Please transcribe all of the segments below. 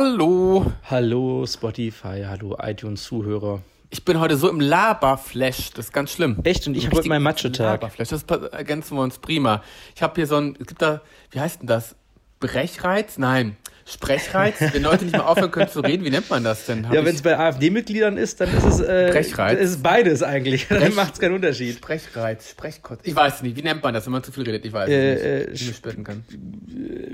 Hallo. Hallo Spotify, hallo iTunes-Zuhörer. Ich bin heute so im Laberflash, das ist ganz schlimm. Echt? Und ich habe heute Richtig meinen Matschetag. Laberflash, das pa- ergänzen wir uns prima. Ich habe hier so ein, es gibt da, wie heißt denn das? Brechreiz? Nein, Sprechreiz, wenn Leute nicht mehr aufhören können zu reden, wie nennt man das denn? Hab Ja, wenn ich- es bei AfD-Mitgliedern ist, dann ist es äh, Brechreiz. Ist beides eigentlich. Dann Brech- macht es keinen Unterschied. Sprechreiz, Sprechkotz. Ich weiß nicht, wie nennt man das, wenn man zu viel redet? Ich weiß Äh, nicht, äh, wie man sprechen kann.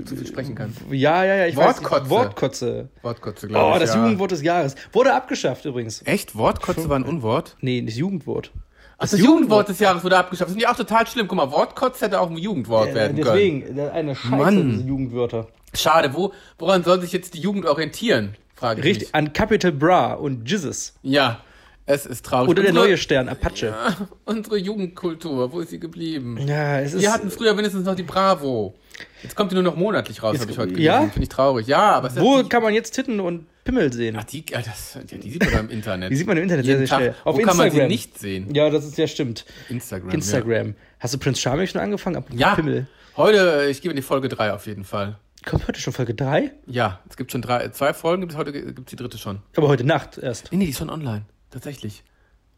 zu viel sprechen kann. Ja, ja, ja. Ich Wortkotze. Weiß, Wortkotze. Wortkotze, glaube ich. Oh, das ja. Jugendwort des Jahres. Wurde abgeschafft übrigens. Echt? Wortkotze war ein Unwort? Nee, nicht Jugendwort. Ach, das Jugendwort des Jahres wurde abgeschafft. Das finde ich auch total schlimm. Guck mal, Wortkotze hätte auch ein Jugendwort werden können. Deswegen, eine Scheiße, Mann. diese Jugendwörter. Schade, wo, woran soll sich jetzt die Jugend orientieren? Frage ich Richtig, an Capital Bra und Jizzes. Mich. Ja, es ist traurig. Oder der unsere, neue Stern, Apache. unsere Jugendkultur, wo ist sie geblieben? Ja, es ist. Wir hatten früher wenigstens noch die Bravo. Jetzt kommt die nur noch monatlich raus, Jetzt- habe ich heute ja? gelesen. Finde ich traurig. Ja, aber es wo ist kann man jetzt Titten und Pimmel sehen? Ach, die, ah, das, ja, die sieht man im Internet. Die sieht man im Internet Jeden sehr, sehr Tag. schnell. Auf wo kann Instagram. man sie nicht sehen? Ja, das ist ja stimmt. Instagram. Instagram. Hast du Prinz Charming schon angefangen? Ab Ja. ja. Pimmel. Heute, äh, ich gebe in die Folge 3 auf jeden Fall. Kommt heute schon Folge 3? Ja, es gibt schon drei, zwei Folgen, gibt es heute gibt die dritte schon. Aber heute Nacht erst. Nee, nee, die ist schon online. Tatsächlich.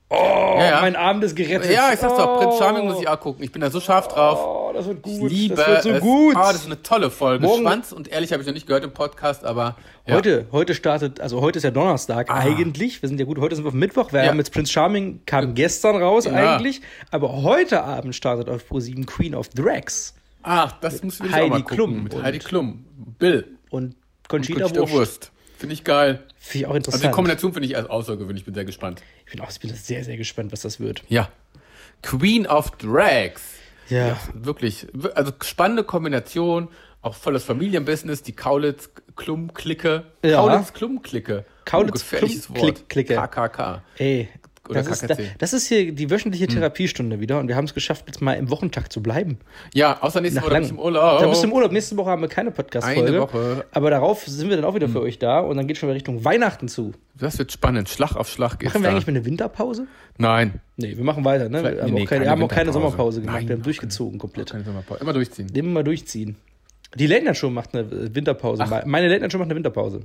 Oh, ja. mein Abend ist gerettet. Ja, ich sag's doch, Prinz Charming muss ich auch. auch gucken. Ich bin da so scharf drauf. Oh, das wird gut. Ich liebe das wird so es. gut. Oh, das ist eine tolle Folge. Morgen- Schwanz und ehrlich habe ich noch nicht gehört im Podcast, aber ja. Ah. Heute, heute startet, also heute ist ja Donnerstag eigentlich. Wir sind ja gut, heute sind wir auf Mittwoch. Wir Ja. haben jetzt Prinz Charming, kam gestern raus Ja. eigentlich. Aber heute Abend startet auf Pro7 Queen of Drags. Ach, das muss ich auch Heidi mal gucken. Klum mit und- Heidi Klum, Bill, Und Conchita Conchita Wurst. Wurst. Finde ich geil. Finde ich auch interessant. Also die Kombination finde ich als außergewöhnlich. Ich bin sehr gespannt. ich, bin auch, ich bin sehr, sehr gespannt, was das wird. Ja. Queen of Drags. Ja. Wirklich. w- Also spannende Kombination. Auch volles Familienbusiness. Die Kaulitz-Klum-Klicke. Ja. Kaulitz-Klum-Klicke. Kaulitz- gefährliches Klum- Wort. Klick- Klicke. KKK. Ey, Oder Hm. das, ist, da, KKC. das ist hier die wöchentliche Therapiestunde wieder und wir haben es geschafft, jetzt mal im Wochentakt zu bleiben. Ja, außer nächste Woche bin ich im Urlaub. Da bist du im Urlaub. Nächste Woche haben wir keine Eine Podcast-Folge. Woche. Hm. Aber darauf sind wir dann auch wieder für euch da und dann geht schon wieder Richtung Weihnachten zu. Das wird spannend. Schlag auf Schlag geht's Machen wir da. eigentlich mal eine Winterpause? Nein. Nee, wir machen weiter, ne? Vielleicht- Wir nee, haben, auch keine, keine wir haben auch keine Winterpause. Sommerpause gemacht. Nein, wir haben auch durchgezogen komplett. Keine Sommerpause. Immer durchziehen. Nehmen wir mal durchziehen. Die Late Night Show macht eine äh, Winterpause. Meine Late Night Show macht eine Winterpause.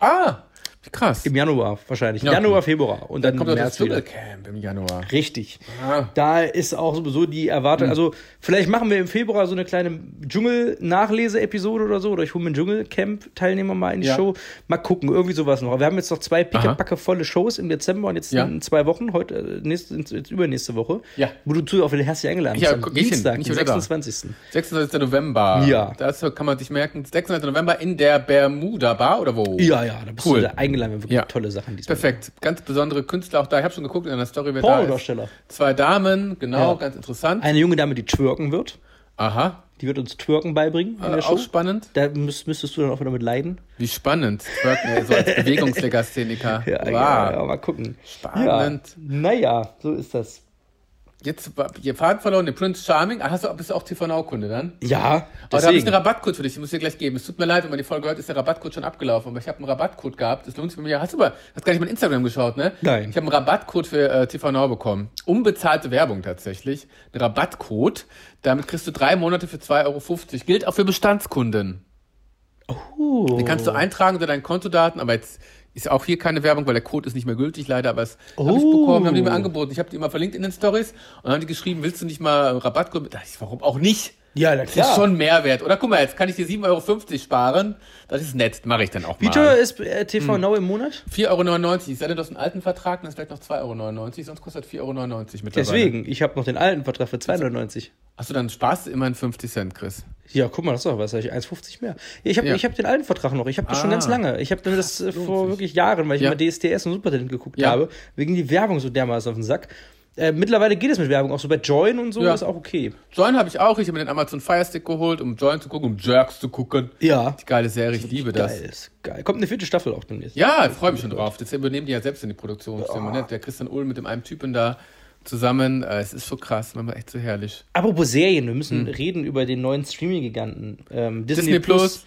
Ah, wie krass. Im Januar wahrscheinlich. Ja, okay. Januar, Februar. Und dann, Kommt doch das März wieder. Dschungelcamp im Januar. Richtig. Ah. Da ist auch sowieso die Hm. Erwartung. Also, vielleicht machen wir im Februar so eine kleine Dschungel-Nachlese-Episode oder so. Oder ich hole mir einen Dschungelcamp-Teilnehmer mal in die Ja. Show. Mal gucken, irgendwie sowas noch. Wir haben jetzt noch zwei pickepacke volle Shows im Dezember und jetzt Ja. in zwei Wochen, heute, äh, nächste, in, jetzt übernächste Woche. Ja. Wo du zu auf den herzlich eingeladen Ja, bist. guck Am ich hin. Dienstag, Bin ich den wieder da. 26. 26. November. Ja. Das kann man sich merken. 26. November in der Bermuda Bar oder wo? Ja, ja, da bist Cool. du da eingeladen. Wir haben Wirklich Ja. tolle Sachen diesmal. Perfekt. Ganz besondere Künstler auch da. Ich habe schon geguckt in einer Story, wer da ist. Pornodarsteller. Zwei Damen, genau, Ja. ganz interessant. Eine junge Dame, die twerken wird. Aha, Die wird uns twerken beibringen in äh, der Show. auch spannend. Da müsst, müsstest du dann auch wieder mit leiden. Wie spannend. Twerken, ey, so als Bewegungslegastheniker. Ja, wow. ja, ja, mal gucken. Spannend. Ja, naja, so ist das. Jetzt, war- ihr Faden verloren, den Prince Charming. Ah, hast du, bist du auch TV-Now-Kunde dann? Ja, Aber da habe ich deswegen. einen Rabattcode für dich, den muss ich dir gleich geben. Es tut mir leid, wenn man die Folge hört, ist der Rabattcode schon abgelaufen. Aber ich habe einen Rabattcode gehabt. Das lohnt sich bei mir. Hast du aber, hast gar nicht mein Instagram geschaut, ne? Nein. Ich habe einen Rabattcode für äh, TV Now bekommen. Unbezahlte Werbung tatsächlich. Ein Rabattcode. Damit kriegst du drei Monate für 2,50 Euro. Gilt auch für Bestandskunden. Oh. Den kannst du eintragen unter deinen Kontodaten, aber jetzt ist auch hier keine Werbung, weil der Code ist nicht mehr gültig, leider, aber es habe ich Oh. bekommen, haben die mir angeboten. Ich habe die immer verlinkt in den Stories und dann haben die geschrieben, willst du nicht mal einen Rabattcode? Da dachte ich, warum auch nicht? Ja, na Das klar. ist schon Mehrwert. Oder guck mal, jetzt kann ich dir 7,50 Euro sparen. Das ist nett, das mache ich dann auch Wie mal. teuer ist äh, Hm. TV Now im Monat? 4,99 Euro. Ich sei denn, du hast einen alten Vertrag, dann ist vielleicht noch 2,99 Euro. Sonst kostet 4,99 Euro mittlerweile. Deswegen, ich habe noch den alten Vertrag für 2,99. Achso, dann sparst du immerhin 50 Cent, Chris. Ja, guck mal, das ist doch was, hab ich 1,50 mehr. Ich habe Ja. ich hab den alten Vertrag noch, ich habe das schon Ah. ganz lange. Ich habe das äh, vor wirklich Jahren, weil ich Ja. immer DSDS und Supertalent geguckt Ja. habe, wegen die Werbung so dermaßen auf den Sack. Äh, mittlerweile geht es mit Werbung, auch so bei Join und so Ja. ist auch okay. Join habe ich auch. Ich habe mir den Amazon Fire Stick geholt, um Join zu gucken, um Jerks zu gucken. Ja. Die geile Serie, ich liebe das. Geil, ist geil. Kommt eine vierte Staffel auch demnächst. Ja, ich freue mich schon drauf. Das übernehmen die ja selbst in die Produktionsfirma. Ne? Der Christian Ulm mit dem einen Typen da zusammen. Äh, Es ist so krass, manchmal echt so herrlich. Apropos Serien, wir müssen reden über den neuen Streaming-Giganten. Ähm, Disney, Hm. Disney Plus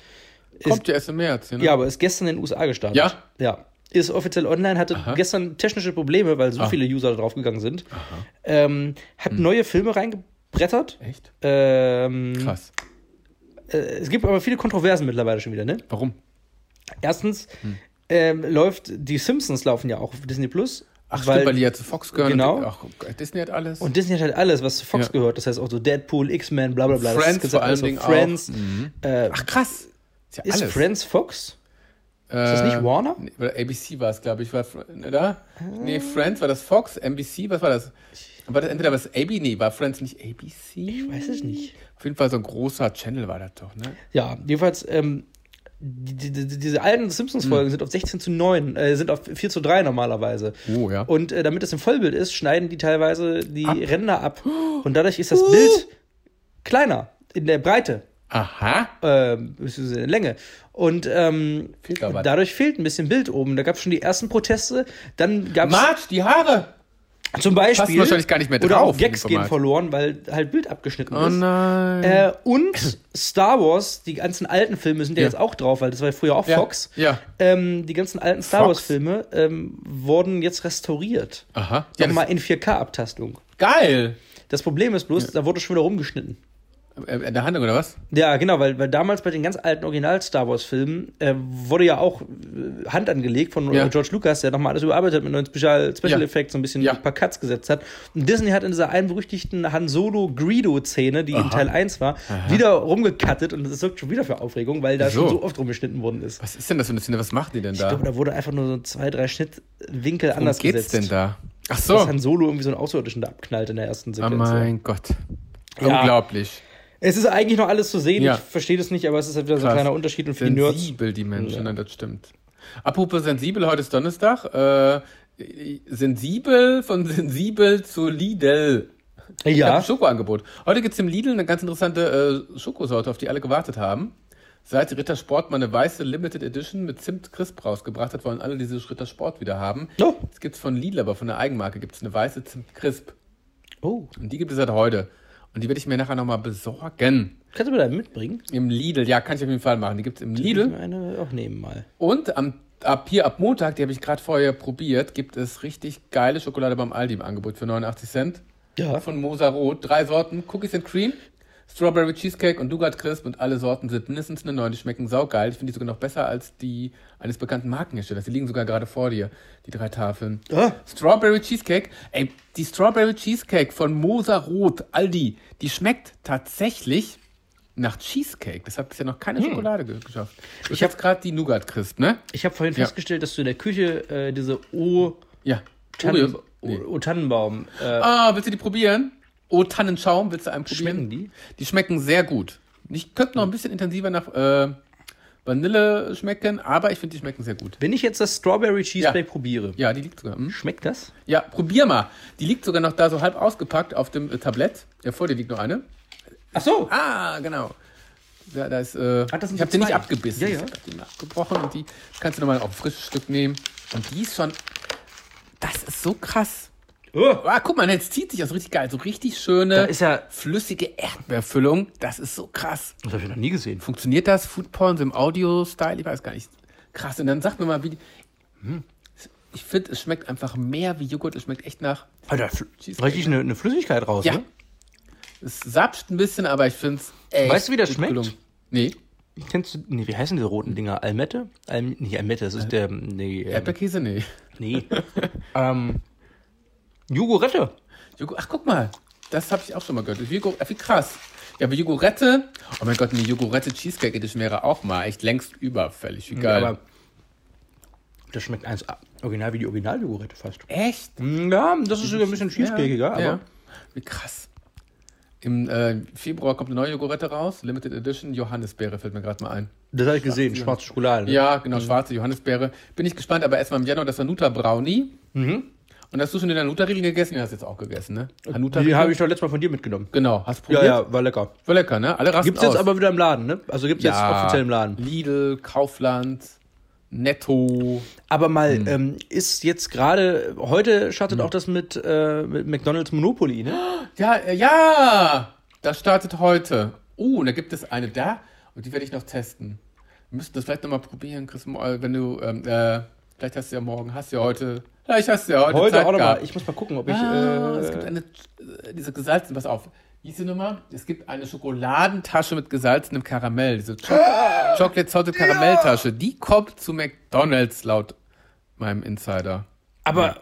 Plus. kommt ja erst im März. hier, Ne? Ja, aber ist gestern in den USA gestartet. Ja? Ja. Ist offiziell online, hatte gestern technische Probleme, weil so Ah. viele User da draufgegangen sind. Ähm, hat Hm. neue Filme reingebrettert. Echt? Ähm, Krass. äh, es gibt aber viele Kontroversen mittlerweile schon wieder, ne? Warum? Erstens Hm. ähm, läuft die Simpsons laufen ja auch auf Disney Plus. Ach, stimmt, weil die ja zu Fox gehören. und- Genau. Ach, Disney hat alles. Und Disney hat halt alles, was zu Fox Ja. gehört. Das heißt auch so Deadpool, X-Men, bla bla bla. Friends das gibt's vor alles allen auf Dingen Friends. auch. Mhm. Äh, Ach, krass. Ist, ja ist alles. Friends Fox? Äh, das nicht Warner? nee, Oder ABC war es, glaube ich. War, Fr- oder? Nee, Friends war das Fox, NBC, was war das? War das entweder was AB? Nee, war Friends nicht ABC? Ich Weiß ich nicht. Auf jeden Fall so ein großer Channel war das doch, ne? Ja, jedenfalls, ähm, die, die, die, diese alten Hm. Simpsons-Folgen sind auf 16 zu 9, äh, sind auf 4 zu 3 normalerweise. Oh, ja. Und äh, damit das im Vollbild ist, schneiden die teilweise die Ränder ab. Und dadurch ist das Uh. Bild kleiner in der Breite, Aha. ähm, beziehungsweise in der Länge. Und ähm, Fehlt da was. dadurch fehlt ein bisschen Bild oben. Da gab es schon die ersten Proteste. Dann gab es Marge, die Haare. zum Beispiel. wahrscheinlich gar nicht mehr oder drauf, auch Gags in dem Format. Oh gehen verloren, weil halt Bild abgeschnitten ist. nein. Äh, und Star Wars, die ganzen alten Filme sind ja, Ja. jetzt auch drauf, weil das war ja früher auch ja. Äh, Fox. Ja. Ähm, die ganzen alten Star Fox? Wars-Filme ähm, wurden jetzt restauriert. Aha. Ja, das Nochmal in 4K-Abtastung. geil. Das Problem ist bloß, da wurde schon wieder rumgeschnitten. Äh, In der Handlung, oder was? Ja, genau, weil, weil damals bei den ganz alten Original-Star Wars-Filmen äh, wurde ja auch äh, Hand angelegt von Ja. George Lucas, der nochmal alles überarbeitet hat mit neuen Special, Special Ja. Effects, so ein bisschen Ja. ein paar Cuts gesetzt hat. Und Disney hat in dieser einen berüchtigten Han Solo-Greedo-Szene, die in Aha. Teil 1 war, wieder rumgecuttet und das sorgt schon wieder für Aufregung, weil da Wieso? schon so oft rumgeschnitten worden ist. Was ist denn das für eine Szene? Was machen die denn Ich da? glaube, da wurde einfach nur so zwei, drei Schnittwinkel Worum anders geht's gesetzt. denn da? Ach Dass so. Han Solo irgendwie so einen Außerirdischen da abknallt in der ersten Oh Sequenz. mein Gott. Ja. Unglaublich. Es ist eigentlich noch alles zu sehen, Ja. ich verstehe das nicht, aber es ist halt wieder so ein Krass. kleiner Unterschied und für die Nerds. Sensibel, die Menschen, Ja. Nein, das stimmt. Apropos sensibel, heute ist Donnerstag. Äh, sensibel von sensibel zu Lidl. Ich hab Ja. ein Schokoangebot. Heute gibt's im Lidl eine ganz interessante äh, Schokosorte, auf die alle gewartet haben. Seit Ritter Sport mal eine weiße Limited Edition mit Zimt Crisp rausgebracht hat, wollen alle diese Ritter Sport wieder haben. Oh. Jetzt gibt's von Lidl, aber von der Eigenmarke gibt's eine weiße Zimt Crisp. Oh, Und die gibt es seit heute. Und die werde ich mir nachher nochmal besorgen. kannst du mir da mitbringen? Im Lidl, ja, kann ich auf jeden Fall machen. Die gibt's im Lidl. Ich mir eine auch nehmen mal. Und am, ab hier, ab Montag, die habe ich gerade vorher probiert, gibt es richtig geile Schokolade beim Aldi im Angebot für 89 Cent. Ja. Von Moser Rot. Drei Sorten, Cookies and Cream, Strawberry Cheesecake und Nougat Crisp. Und alle Sorten sind mindestens eine 9. Die schmecken saugeil. Ich finde die sogar noch besser als die eines bekannten Markenherstellers. Die liegen sogar gerade vor dir, die drei Tafeln. Ah. Strawberry Cheesecake. Ey, die Strawberry Cheesecake von Moser Rot, Aldi, die schmeckt tatsächlich nach Cheesecake. Das hat bisher noch keine Hm. Schokolade ge- geschafft. Ich habe gerade die Nougat Crisp, ne? Ich habe vorhin Ja. festgestellt, dass du in der Küche äh, diese O, Ja. -Tannen Oreos. Nee. o, o Tannenbaum. Äh, Ah, willst du die probieren? Oh, Tannenschaum, willst du einen probieren? Schmecken die? Die schmecken sehr gut. Ich könnte noch ein bisschen intensiver nach äh, Vanille schmecken, aber ich finde, die schmecken sehr gut. Wenn ich jetzt das Strawberry Cheesecake probiere, Ja, die liegt sogar. Hm? schmeckt das? Ja, probier mal. Die liegt sogar noch da so halb ausgepackt auf dem äh, Tablett. Ja, vor dir liegt noch eine. Ach so. Ah, genau. Da, da ist, äh, Ah, das sind ich habe die den nicht zwei. abgebissen. Ja, ja. Ich habe den abgebrochen und die kannst du nochmal auf ein frisches Stück nehmen. Und die ist schon. Das ist so krass. Oh. Ah, guck mal, jetzt zieht sich das richtig geil. So richtig schöne, Da ist ja. flüssige Erdbeerfüllung. Das ist so krass. Das habe ich noch nie gesehen. Funktioniert das? Foodporn so im Audio-Style? Ich weiß gar nicht. Krass. Und dann sagt mir mal, wie. die- Hm. Ich finde, es schmeckt einfach mehr wie Joghurt. Es schmeckt echt nach. Alter, Cheesecake. richtig eine, eine Flüssigkeit raus, Ja. ne? Es sapscht ein bisschen, aber ich finde es echt. Weißt du, wie das gut schmeckt? Nee. Kennst du, nee, wie heißen diese roten Dinger? Almette? Alm, nicht Almette, das ist der, nee, ähm, Erdbeerkäse? Nee. nee. ähm, Jogurette. Joghurt- Ach, guck mal. Das habe ich auch schon mal gehört. Joghurt- Ach, wie krass. Ja, aber Jogurette. Oh mein Gott, eine Jogurette Cheesecake Edition wäre auch mal echt längst überfällig. Wie geil. Aber das schmeckt eins ab. Original wie die Original-Jogurette fast. echt? Ja, das ist sogar ein bisschen cheesecakiger, aber. Ja. Wie krass. Im äh, Februar kommt eine neue Jogurette raus. Limited Edition. Johannisbeere fällt mir gerade mal ein. Das habe ich gesehen, schwarze Schokolade. ne? Ja, genau, schwarze Johannisbeere. Bin ich gespannt, aber erstmal im Januar das Hanuta Brownie. Mhm. Und hast du schon den Hanuta-Riegel gegessen? Den hast du jetzt auch gegessen, ne? Äh, Die Hanuta-Riegel? habe ich doch letztes Mal von dir mitgenommen. Genau, hast du Ja, probiert? ja, war lecker. War lecker, ne? Alle rasten Gibt's jetzt aus. aber wieder im Laden, ne? Also gibt's jetzt offiziell im Laden. Lidl, Kaufland, Netto. Aber mal, Hm. ähm, ist jetzt gerade, heute startet auch das mit, äh, mit McDonalds Monopoly, ne? Ja, äh, ja, das startet heute. Oh, und da gibt es eine da und die werde ich noch testen. Wir müssen das vielleicht nochmal probieren, Chris, mo- äh, wenn du, ähm, äh, vielleicht hast du ja morgen, hast du ja heute, vielleicht hast du ja heute, Heute Zeit auch nochmal. gehabt. Ich muss mal gucken, ob ich. ah, äh, es gibt eine, äh, diese gesalzen, pass auf, Wie ist die Nummer? Es gibt eine Schokoladentasche mit gesalzenem Karamell. Diese Cho Chocolate Sotte Karamelltasche. Die kommt zu McDonalds laut meinem Insider. Aber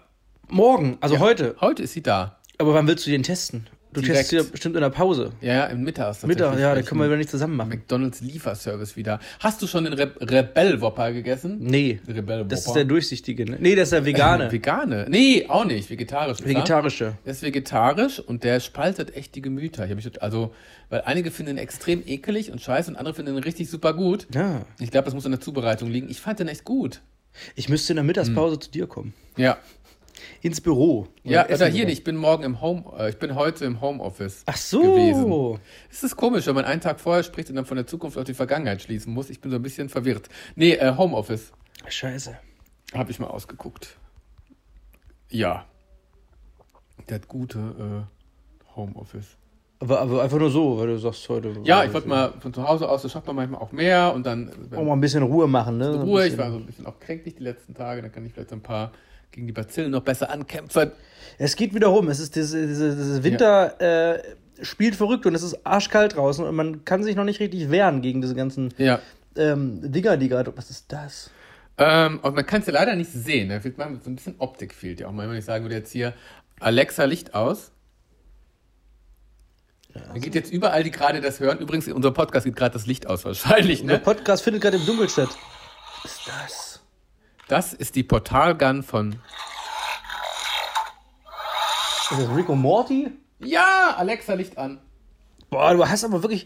morgen, also heute. Heute ist sie da. Aber wann willst du den testen? Du Direkt. testest ja bestimmt in der Pause. Ja, ja, im Mittags. Mittag, tatsächlich. ja, da Weil ich können wir wieder nicht zusammen machen. McDonalds Lieferservice wieder. Hast du schon den Re Rebell Whopper gegessen? Nee. Rebell Das ist Whopper. der durchsichtige. Ne? Nee, das ist der vegane. Vegane. Nee, auch nicht. Vegetarisch. oder? Vegetarische. Der ist vegetarisch und der spaltet echt die Gemüter. Ich hab mich, also, weil einige finden ihn extrem ekelig und scheiße und andere finden ihn richtig super gut. Ja. Ich glaube, das muss an der Zubereitung liegen. Ich fand den echt gut. Ich müsste in der Mittagspause zu dir kommen. Ja. Ins Büro. Hm. Ja, oder Oder essen hier wir. nicht. Ich bin morgen im Home, äh, ich bin heute im Homeoffice. Ach so. Gewesen. Es ist komisch, wenn man einen Tag vorher spricht und dann von der Zukunft auf die Vergangenheit schließen muss. Ich bin so ein bisschen verwirrt. Nee, äh, Homeoffice Scheiße. habe ich mal ausgeguckt. Ja. Das gute äh, Homeoffice. Aber, aber einfach nur so, weil du sagst heute. Ja, ich wollte mal von zu Hause aus, das schafft man manchmal auch mehr und dann äh, Auch mal ein bisschen Ruhe machen, ne? Ruhe. Ein Ich bisschen. war so ein bisschen auch kränklich die letzten Tage, dann kann ich vielleicht so ein paar gegen die Bazillen noch besser ankämpfen. Es geht wieder rum. Es ist diese, diese, diese Winter äh, spielt verrückt und es ist arschkalt draußen und man kann sich noch nicht richtig wehren gegen diese ganzen Ja. ähm, Dinger, die gerade. Was ist das? Ähm, und man kann es ja leider nicht sehen. ne? Da fehlt manchmal so ein bisschen Optik fehlt ja auch mal, wenn ich sagen würde jetzt hier, Alexa, Licht aus. Da geht jetzt überall, die gerade das hören. Übrigens, in unserem Podcast geht gerade das Licht aus, wahrscheinlich, Der ne? Podcast findet gerade im Dunkeln statt. Was ist das? Das ist die Portalgun von. Ist das Rico Morty? Ja, Alexa, Licht an. Boah, du hast aber wirklich.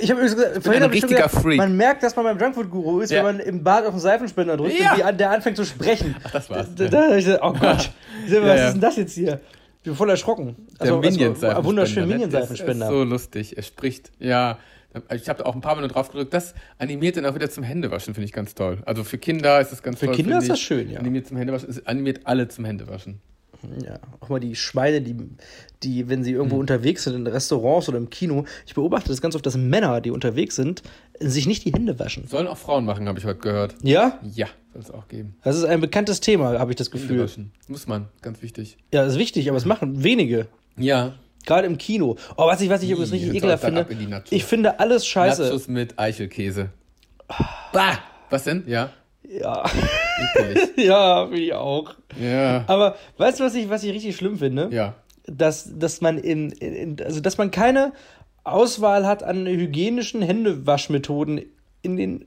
Ich habe übrigens gesagt, vorhin ein hab ich schon richtiger gesagt, Freak. man merkt, dass man beim Drunkfood Guru ist, Ja. wenn man im Bad auf den Seifenspender drückt Ja. und die, an- der anfängt zu sprechen. Ach, das war's. Da, da, hab ich gesagt, oh Gott, Ich sag, Ja, was ja. ist denn das jetzt hier? Ich bin voll erschrocken. Der also, Minion-Seifenspender. wunderschön ne? Minion-Seifenspender. Das ist So lustig. Er spricht. Ja. Ich habe auch ein paar Mal nur drauf gedrückt. Das animiert dann auch wieder zum Händewaschen, finde ich ganz toll. Also für Kinder ist das ganz Für toll. Kinder finde ist das ich. schön, ja. Animiert zum Händewaschen. Es animiert alle zum Händewaschen. Ja, auch mal die Schweine, die, die, wenn sie Hm. irgendwo unterwegs sind, in Restaurants oder im Kino, ich beobachte das ganz oft, dass Männer, die unterwegs sind, sich nicht die Hände waschen. Sollen auch Frauen machen, habe ich heute gehört. Ja, Ja, soll es auch geben. das ist ein bekanntes Thema, habe ich das Hände Gefühl. waschen. Muss man, ganz wichtig. Ja, ist wichtig, aber es machen wenige. Ja. Gerade im Kino. Oh, was ich, was ich übrigens Ih, richtig jetzt ekelhaft haut dann ab finde. in die Natur. Ich finde alles scheiße. Nachos mit Eichelkäse. Bah! Was denn? Ja. Ja. Ekelig. ja, finde ich auch. ja. Aber weißt du, was ich, was ich richtig schlimm finde? Ja. Dass, dass man in, in, also dass man keine Auswahl hat an hygienischen Händewaschmethoden in den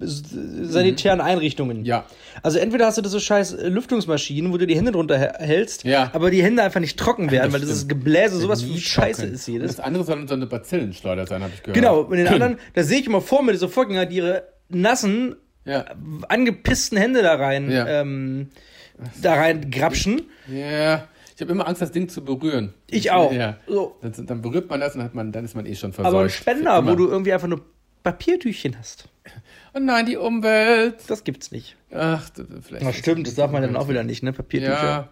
s- sanitären Einrichtungen. Mhm. Ja. Also entweder hast du diese scheiß Lüftungsmaschinen, wo du die Hände drunter hä- hältst, Ja. aber die Hände einfach nicht trocken werden, weil dieses stimmt. Äh, Gebläse sowas Nie wie scheiße schaukeln. ist Und jedes. Das andere soll so eine Bazillenschleuder sein, habe ich gehört. Genau, und den anderen, da sehe ich immer vor mir diese Vorgänger, die halt ihre nassen, Ja. angepissten Hände da rein, Ja. ähm, da rein grapschen. Ja, ich habe immer Angst, das Ding zu berühren. Ich auch. Ja. So. Dann, dann berührt man das und hat man, dann ist man eh schon verseucht. Aber ein Für Spender, immer. wo du irgendwie einfach nur Papiertüchchen hast, Oh nein, die Umwelt. das gibt's nicht. Ach, d- d- vielleicht. Das stimmt, das darf man dann auch wieder nicht, ne? Ja. Papiertücher.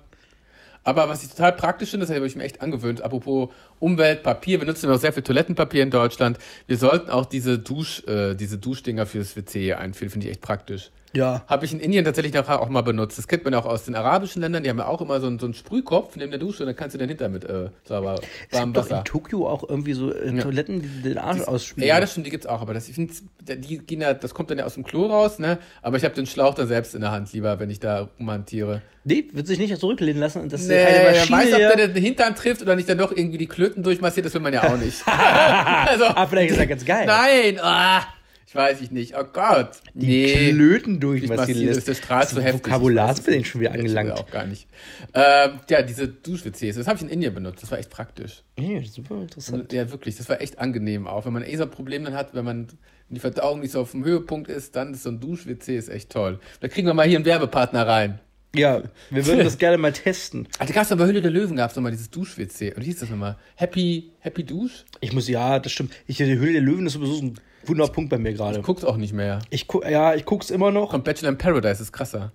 Aber was ich total praktisch finde, das habe ich mir echt angewöhnt. Apropos Umwelt, Papier, wir nutzen ja auch sehr viel Toilettenpapier in Deutschland. Wir sollten auch diese Dusch, äh, diese Duschdinger fürs WC einführen, finde ich echt praktisch. Ja. Habe ich in Indien tatsächlich nachher auch mal benutzt. Das kennt man ja auch aus den arabischen Ländern. Die haben ja auch immer so einen, so einen Sprühkopf neben der Dusche und dann kannst du den hinter mit äh, sauber Es warmem gibt doch in Wasser. Tokio auch irgendwie so äh, Toiletten, die den Arsch ausspülen. Ja, das stimmt, die gibt's auch, aber das, ich find's, die gehen ja, das kommt dann ja aus dem Klo raus, ne? Aber ich habe den Schlauch dann selbst in der Hand lieber, wenn ich da rumhantiere. nee, wird sich nicht zurücklehnen lassen und das ist Nee, keine wer Maschine. weiß, ob hier- der den Hintern trifft oder nicht dann doch irgendwie die Klöten durchmassiert, das will man ja auch nicht. also, ah, vielleicht ist er ganz geil. nein, ah, ich weiß ich nicht. Oh Gott. Die nee. Klöten durch, Ich was sie massiere, lässt. ist der Strahl zu heftig. Vokabular Ich weiß ist es bei denen nicht. schon wieder Ja, ich will angelangt. auch gar nicht. Ähm, ja, diese Dusch-WCs, das habe ich in Indien benutzt, das war echt praktisch. Nee, super interessant. Ja, wirklich, das war echt angenehm auch. Wenn man eh so ein Problem dann hat, wenn man wenn die Verdauung nicht so auf dem Höhepunkt ist, dann ist so ein Dusch-WC ist echt toll. Da kriegen wir mal hier einen Werbepartner rein. Ja, wir würden das gerne mal testen. Ah, da gab's aber Höhle der Löwen, gab's nochmal dieses Dusch-WC. Und wie hieß das nochmal? Happy, Happy Dusch? Ich muss, ja, das stimmt. Ich, die Höhle der Löwen ist sowieso so ein wunderbar Punkt bei mir gerade. Guck's auch nicht mehr. Ich gu ja, ich guck's immer noch. Kommt Bachelor in Paradise, ist krasser.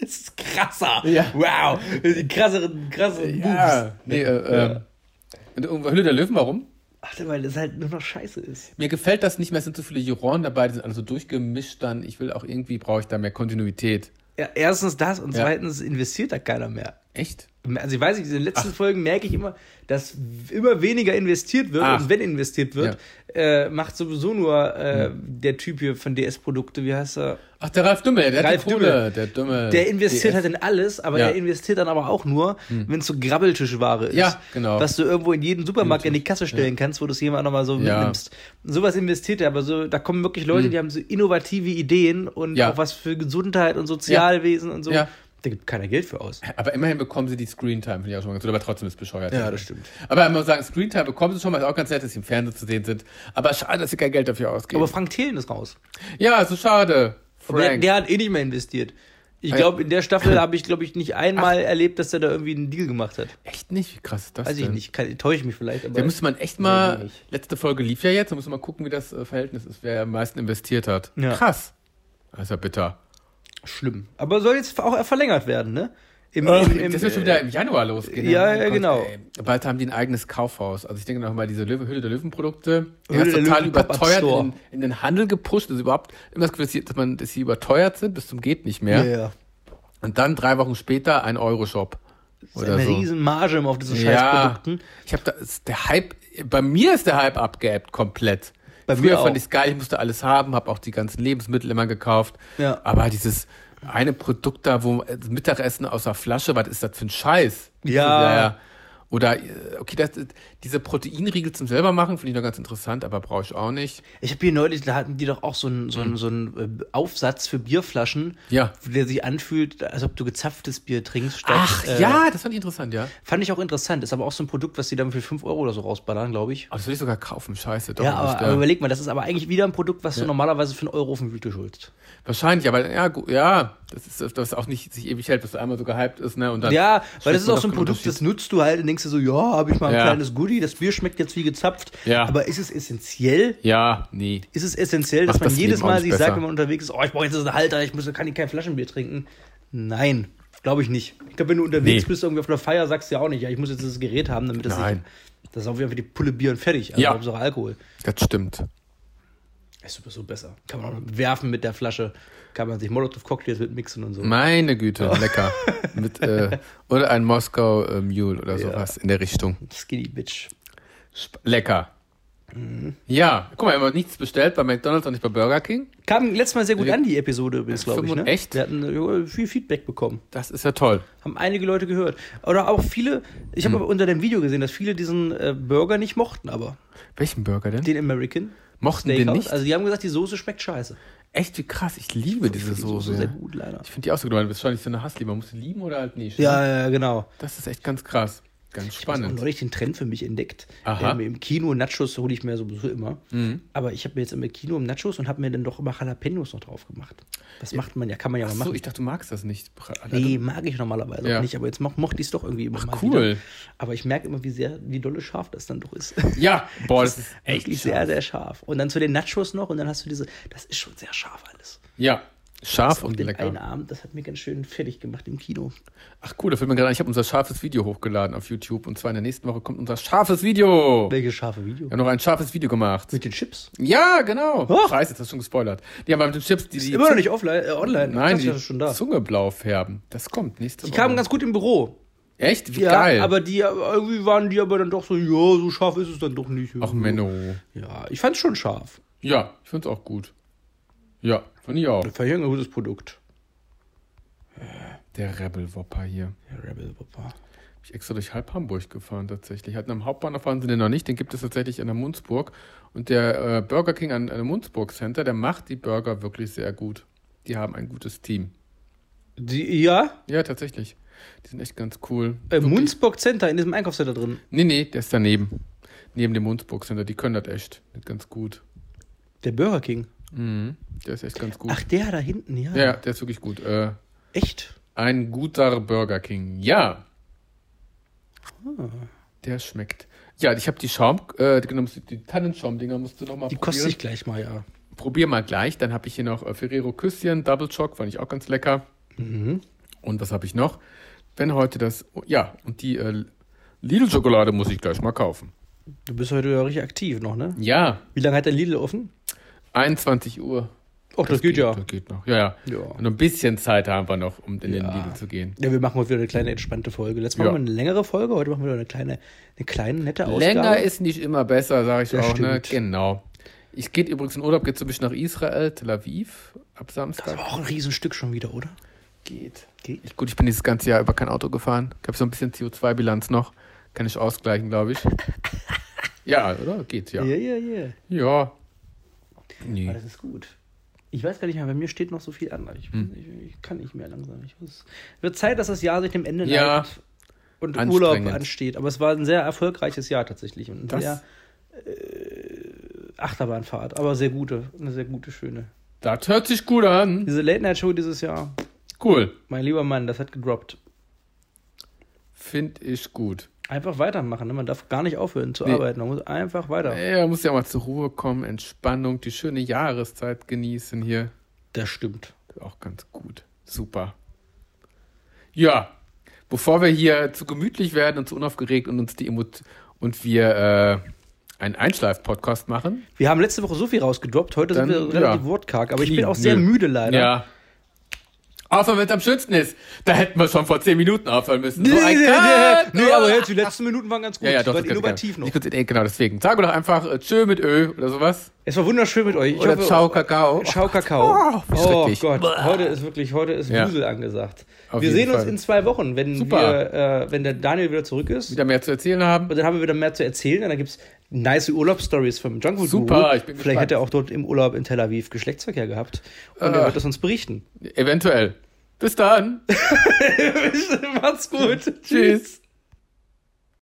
Das ist krasser. Ja. Wow. Krassere, krasse Boobs. Nee, äh, äh, und irgendwo- Höhle der Löwen, warum? Ach, weil das halt nur noch scheiße ist. Mir gefällt das nicht mehr, es sind so viele Juroren dabei, die sind alle so durchgemischt dann. Ich will auch irgendwie, brauche ich da mehr Kontinuität. Ja, erstens das und Ja. zweitens investiert da keiner mehr. Echt? also ich weiß nicht, in den letzten Ach. Folgen merke ich immer, dass immer weniger investiert wird Ach. und wenn investiert wird, äh, macht sowieso nur äh, der Typ hier von DS-Produkte, wie heißt er? Ach, der Ralf Dümmel, der Ralf hat die Kohle, Dümmel. der Dümmel. Der investiert DS. halt in alles, aber Äh, E Ja. Hm. er investiert dann aber auch nur, wenn es so Grabbeltischware ist. Ja, genau. Was du irgendwo in jeden Supermarkt in die Kasse stellen kannst, wo du es jemand nochmal so Ja. Hm. mitnimmst. Sowas investiert er, aber so, da kommen wirklich Leute, die haben so innovative Ideen und Ja. auch was für Gesundheit und Sozialwesen und so. Ja. Da gibt keiner Geld für aus. Aber immerhin bekommen sie die Screentime, finde ich auch schon mal ganz gut, aber trotzdem ist es bescheuert. Ja, das stimmt. Aber man muss sagen, Screentime bekommen sie schon mal, ist auch ganz nett, dass sie im Fernsehen zu sehen sind. Aber schade, dass sie kein Geld dafür ausgeben. Aber Frank Thelen ist raus. ja, so schade. Der, Frank. der hat eh nicht mehr investiert. Ich Ah, glaube, in der Staffel habe ich, glaube ich, nicht einmal erlebt, dass er da irgendwie einen Deal gemacht hat. echt nicht? Wie krass ist das Weiß ich denn? nicht, kann, täusche ich mich vielleicht, aber Da müsste man echt Weiß ich mal, nicht. letzte Folge lief ja jetzt, da muss man mal gucken, wie das äh, Verhältnis ist, wer am meisten investiert hat. Ja. Krass. Das ist ja bitter. schlimm. Aber soll jetzt auch verlängert werden, ne? Im, im- im- das wird schon wieder im Januar losgehen. Ja, Mein ja, Gott, genau. ey. Bald haben die ein eigenes Kaufhaus. Also ich denke nochmal, diese Löwe, Hülle der Löwen-Produkte, die Hülle haben es der total Löwen Pop-Up überteuert in Store. den, in den Handel gepusht. Also überhaupt immer das Gefühl, dass sie- dass, man, dass sie überteuert sind, bis zum geht nicht mehr. ja, ja. Und dann drei Wochen später ein Euro-Shop. Das Oder ist eine so. riesen Marge immer auf diesen Ja, Scheißprodukten. ich habe da ist der Hype. Bei mir ist der Hype abgeebbt komplett. Bei mir Früher auch. fand ich's geil, ich musste alles haben, habe auch die ganzen Lebensmittel immer gekauft. Ja. Aber dieses eine Produkt da, wo das Mittagessen aus der Flasche, was ist das für ein Scheiß? Ja. Oder äh, okay, das, diese Proteinriegel zum selber machen finde ich noch ganz interessant, aber brauche ich auch nicht. Ich habe hier neulich, da hatten die doch auch so einen so einen- so einen, äh, Aufsatz für Bierflaschen, Ja. der sich anfühlt, als ob du gezapftes Bier trinkst. Statt, Ach äh, ja, das fand ich interessant, ja. Fand ich auch interessant. Ist aber auch so ein Produkt, was die dann für 5 Euro oder so rausballern, glaube ich. Oh, das will ich sogar kaufen, scheiße. Doch, Ja, nicht, aber, aber überleg mal, das ist aber eigentlich wieder ein Produkt, was du normalerweise für einen Euro auf den Wüte schuldest. Wahrscheinlich, aber ja, gu- ja, das ist das auch nicht sich ewig hält, bis du einmal so gehypt ist, ne? Und dann Ja, weil das schmeckt ist man auch doch so ein keinen Produkt, Unterschied. das nutzt du halt und denkst dir so, ja, habe ich mal ein Ja. kleines Goodie, das Bier schmeckt jetzt wie gezapft. Ja. Aber ist es essentiell? Ja, nee. Ist es essentiell, dass Macht man das jedes Leben auch Mal nicht sich besser. sagt, wenn man unterwegs ist, oh, ich brauche jetzt einen Halter, ich muss, kann ich kein Flaschenbier trinken? Nein, glaube ich nicht. Ich glaube, wenn du unterwegs Nee. bist, irgendwie auf einer Feier, sagst du ja auch nicht, ja, ich muss jetzt dieses Gerät haben, damit das Nein. nicht. Das ist auch wieder für die Pulle Bier und fertig. Also Ja. Hauptsache Alkohol. Das stimmt. Ist sowieso besser. Kann man auch werfen mit der Flasche. Kann man sich Molotow-Cocktails mit mixen und so. Meine Güte, lecker. Mit, äh, oder ein Moskau äh, Mule oder sowas in der Richtung. Skinny Bitch. Sp lecker. Mhm. Ja, guck mal, wir haben nichts bestellt bei McDonalds und nicht bei Burger King. Kam letztes Mal sehr gut an, die Episode übrigens, glaube ich. Ne? Echt? Wir hatten äh, viel Feedback bekommen. Das ist ja toll. Haben einige Leute gehört. Oder auch viele, ich Mhm. habe aber unter dem Video gesehen, dass viele diesen äh, Burger nicht mochten, aber Welchen Burger denn? den American Mochten den Steakhouse. nicht? Also die haben gesagt, die Soße schmeckt scheiße. Echt, wie krass. Ich liebe diese Die Soße. sehr gut, leider. Ich finde die auch so gut. weil Du bist wahrscheinlich so eine Hassliebe. Man muss sie lieben oder halt nicht. Ja, ja, ja, genau. Das ist echt ganz krass. Ganz Ich habe spannend. neulich den Trend für mich entdeckt. Aha. Mhm. Ähm, Im Kino Nachos hole ich mir sowieso immer. Aber ich habe mir jetzt im Kino Nachos und habe mir dann doch immer Jalapenos noch drauf gemacht. Das macht man ja, kann man ja mal Achso, machen. ich dachte, du magst das nicht. Nee, mag ich normalerweise Ja. auch nicht, aber jetzt mo mochte ich es doch irgendwie immer mal cool. wieder. Aber ich merke immer, wie sehr, wie dolle scharf das dann doch ist. Ja, boah, das ist echt Wirklich sehr, sehr scharf. Und dann zu den Nachos noch und dann hast du diese, das ist schon sehr scharf alles. Ja, scharf Auf und den einen lecker. Abend, das hat mir ganz schön fertig gemacht im Kino. Ach cool, da fällt mir gerade ein, ich habe unser scharfes Video hochgeladen auf YouTube und zwar in der nächsten Woche kommt unser scharfes Video. Wir Welches scharfe Video? haben noch ein scharfes Video gemacht. Mit den Chips? Ja, genau. Oh. Scheiße, jetzt hast du schon gespoilert. Die haben mit den Chips die, die Immer noch nicht offline, äh, online. Nein, das die ist schon da. Zunge blau färben. Das kommt nächste Die Woche. kamen ganz gut im Büro. Echt? Wie Ja, geil. aber die aber irgendwie waren die aber dann doch so, ja, so scharf ist es dann doch nicht. Ach Menno. Ja, ich fand's schon scharf. Ja, ich find's auch gut. Ja, find ich auch. Vielleicht ein gutes Produkt. Der Rebel Wopper hier. Ja, Rebel Papa. Hab Ich extra durch halb Hamburg gefahren tatsächlich. Hatten am Hauptbahnhof fahren sie den noch nicht, den gibt es tatsächlich an der Mundsburg. Und der äh, Burger King an, an der Mundsburg Center, der macht die Burger wirklich sehr gut. Die haben ein gutes Team. Die, ja, Ja, tatsächlich. Die sind echt ganz cool. äh, Munzburg Center in diesem Einkaufscenter drin. Nee, nee, der ist daneben. Neben dem Mundsburg Center. Die können das echt ganz gut. Der Burger King. Mhm. Der ist echt ganz gut. Ach, der da hinten, ja. Ja, der ist wirklich gut. Äh, Echt? ein guter Burger King. Ja. Ah. Der schmeckt. Ja, ich habe die Schaum, äh, genau, die Tannenschaumdinger musst du nochmal Die koste ich gleich mal, ja. probier mal gleich. Dann habe ich hier noch äh, Ferrero Küsschen, Double Choc, fand ich auch ganz lecker. Mhm. Und was habe ich noch? Wenn heute das, oh, ja, und die äh, Lidl-Schokolade muss ich gleich mal kaufen. Du bist heute ja richtig aktiv noch, ne? Ja, Wie lange hat der Lidl offen? Uhr. 21 Uhr. Ach, das, geht, ja. Das geht noch. Ja, ja. Ja. Und ein bisschen Zeit haben wir noch, um in den Lidl zu gehen. Ja, wir machen heute wieder eine kleine entspannte Folge. Letztes Mal Ja. haben wir eine längere Folge, heute machen wir wieder eine kleine, eine kleine nette Ausgabe. Länger ist nicht immer besser, sage ich Das auch. Ne? stimmt. Genau. Ich gehe übrigens in Urlaub, geht so ein bisschen nach Israel, Tel Aviv ab das Samstag. war auch ein Riesenstück schon wieder, oder? Geht. Geht. Ich, gut, ich bin dieses ganze Jahr über kein Auto gefahren. Ich habe so ein bisschen CO2-Bilanz noch. Kann ich ausgleichen, glaube ich. Ja, oder? Geht, ja. Ja, ja, ja. Ja. Aber Nee. das ist gut. Ich weiß gar nicht mehr, bei mir steht noch so viel an. Ich, Hm. ich, ich kann nicht mehr langsam. Ich muss, wird Zeit, dass das Jahr sich dem Ende Ja. neigt und Anstrengend. Urlaub ansteht. Aber es war ein sehr erfolgreiches Jahr tatsächlich. Und ein Das- sehr äh, Achterbahnfahrt, aber sehr gute. Eine sehr gute, schöne. Das hört sich gut an. Diese Late-Night-Show dieses Jahr, Cool. mein lieber Mann, das hat gedroppt. Finde ich gut. Einfach weitermachen. Ne? Man darf gar nicht aufhören zu Nee. arbeiten. Man muss einfach weiter. Ey, man muss ja mal zur Ruhe kommen, Entspannung, die schöne Jahreszeit genießen hier. Das stimmt. Auch ganz gut. Super. Ja, bevor wir hier zu gemütlich werden und zu unaufgeregt und uns die Emot und wir äh, einen Einschleif-Podcast machen. Wir haben letzte Woche so viel rausgedroppt. Heute Dann, sind wir relativ ja. wortkarg. Aber ich bin Clean. auch sehr Nö. müde leider. Ja. Außer wenn es am schönsten ist. Da hätten wir schon vor zehn Minuten aufhören müssen. So ein Cut. nee, aber jetzt, die letzten Minuten waren ganz gut. ja, ja, doch, Die waren das kannst du innovativ gerne. noch. Ich kann's- eh, Genau, deswegen. Sag doch einfach äh, Tschö mit Ö oder sowas. Es war wunderschön mit euch. Ich Oder hoffe- Ciao Kakao. Ciao, Kakao. Oh, wie schrecklich. Gott, heute ist wirklich, heute ist Ja. Wusel angesagt. Auf wir jeden sehen uns Fall. in zwei Wochen, wenn, Super. wir, äh, wenn der Daniel wieder zurück ist. Wieder mehr zu erzählen haben. Und dann haben wir wieder mehr zu erzählen. Und dann gibt es nice Urlaubsstories vom Junkfood Guru. Super, ich bin Vielleicht gespannt. hat er auch dort im Urlaub in Tel Aviv Geschlechtsverkehr gehabt. Und er Ah. wird das uns berichten. Eventuell. Bis dann. Macht's gut. Tschüss.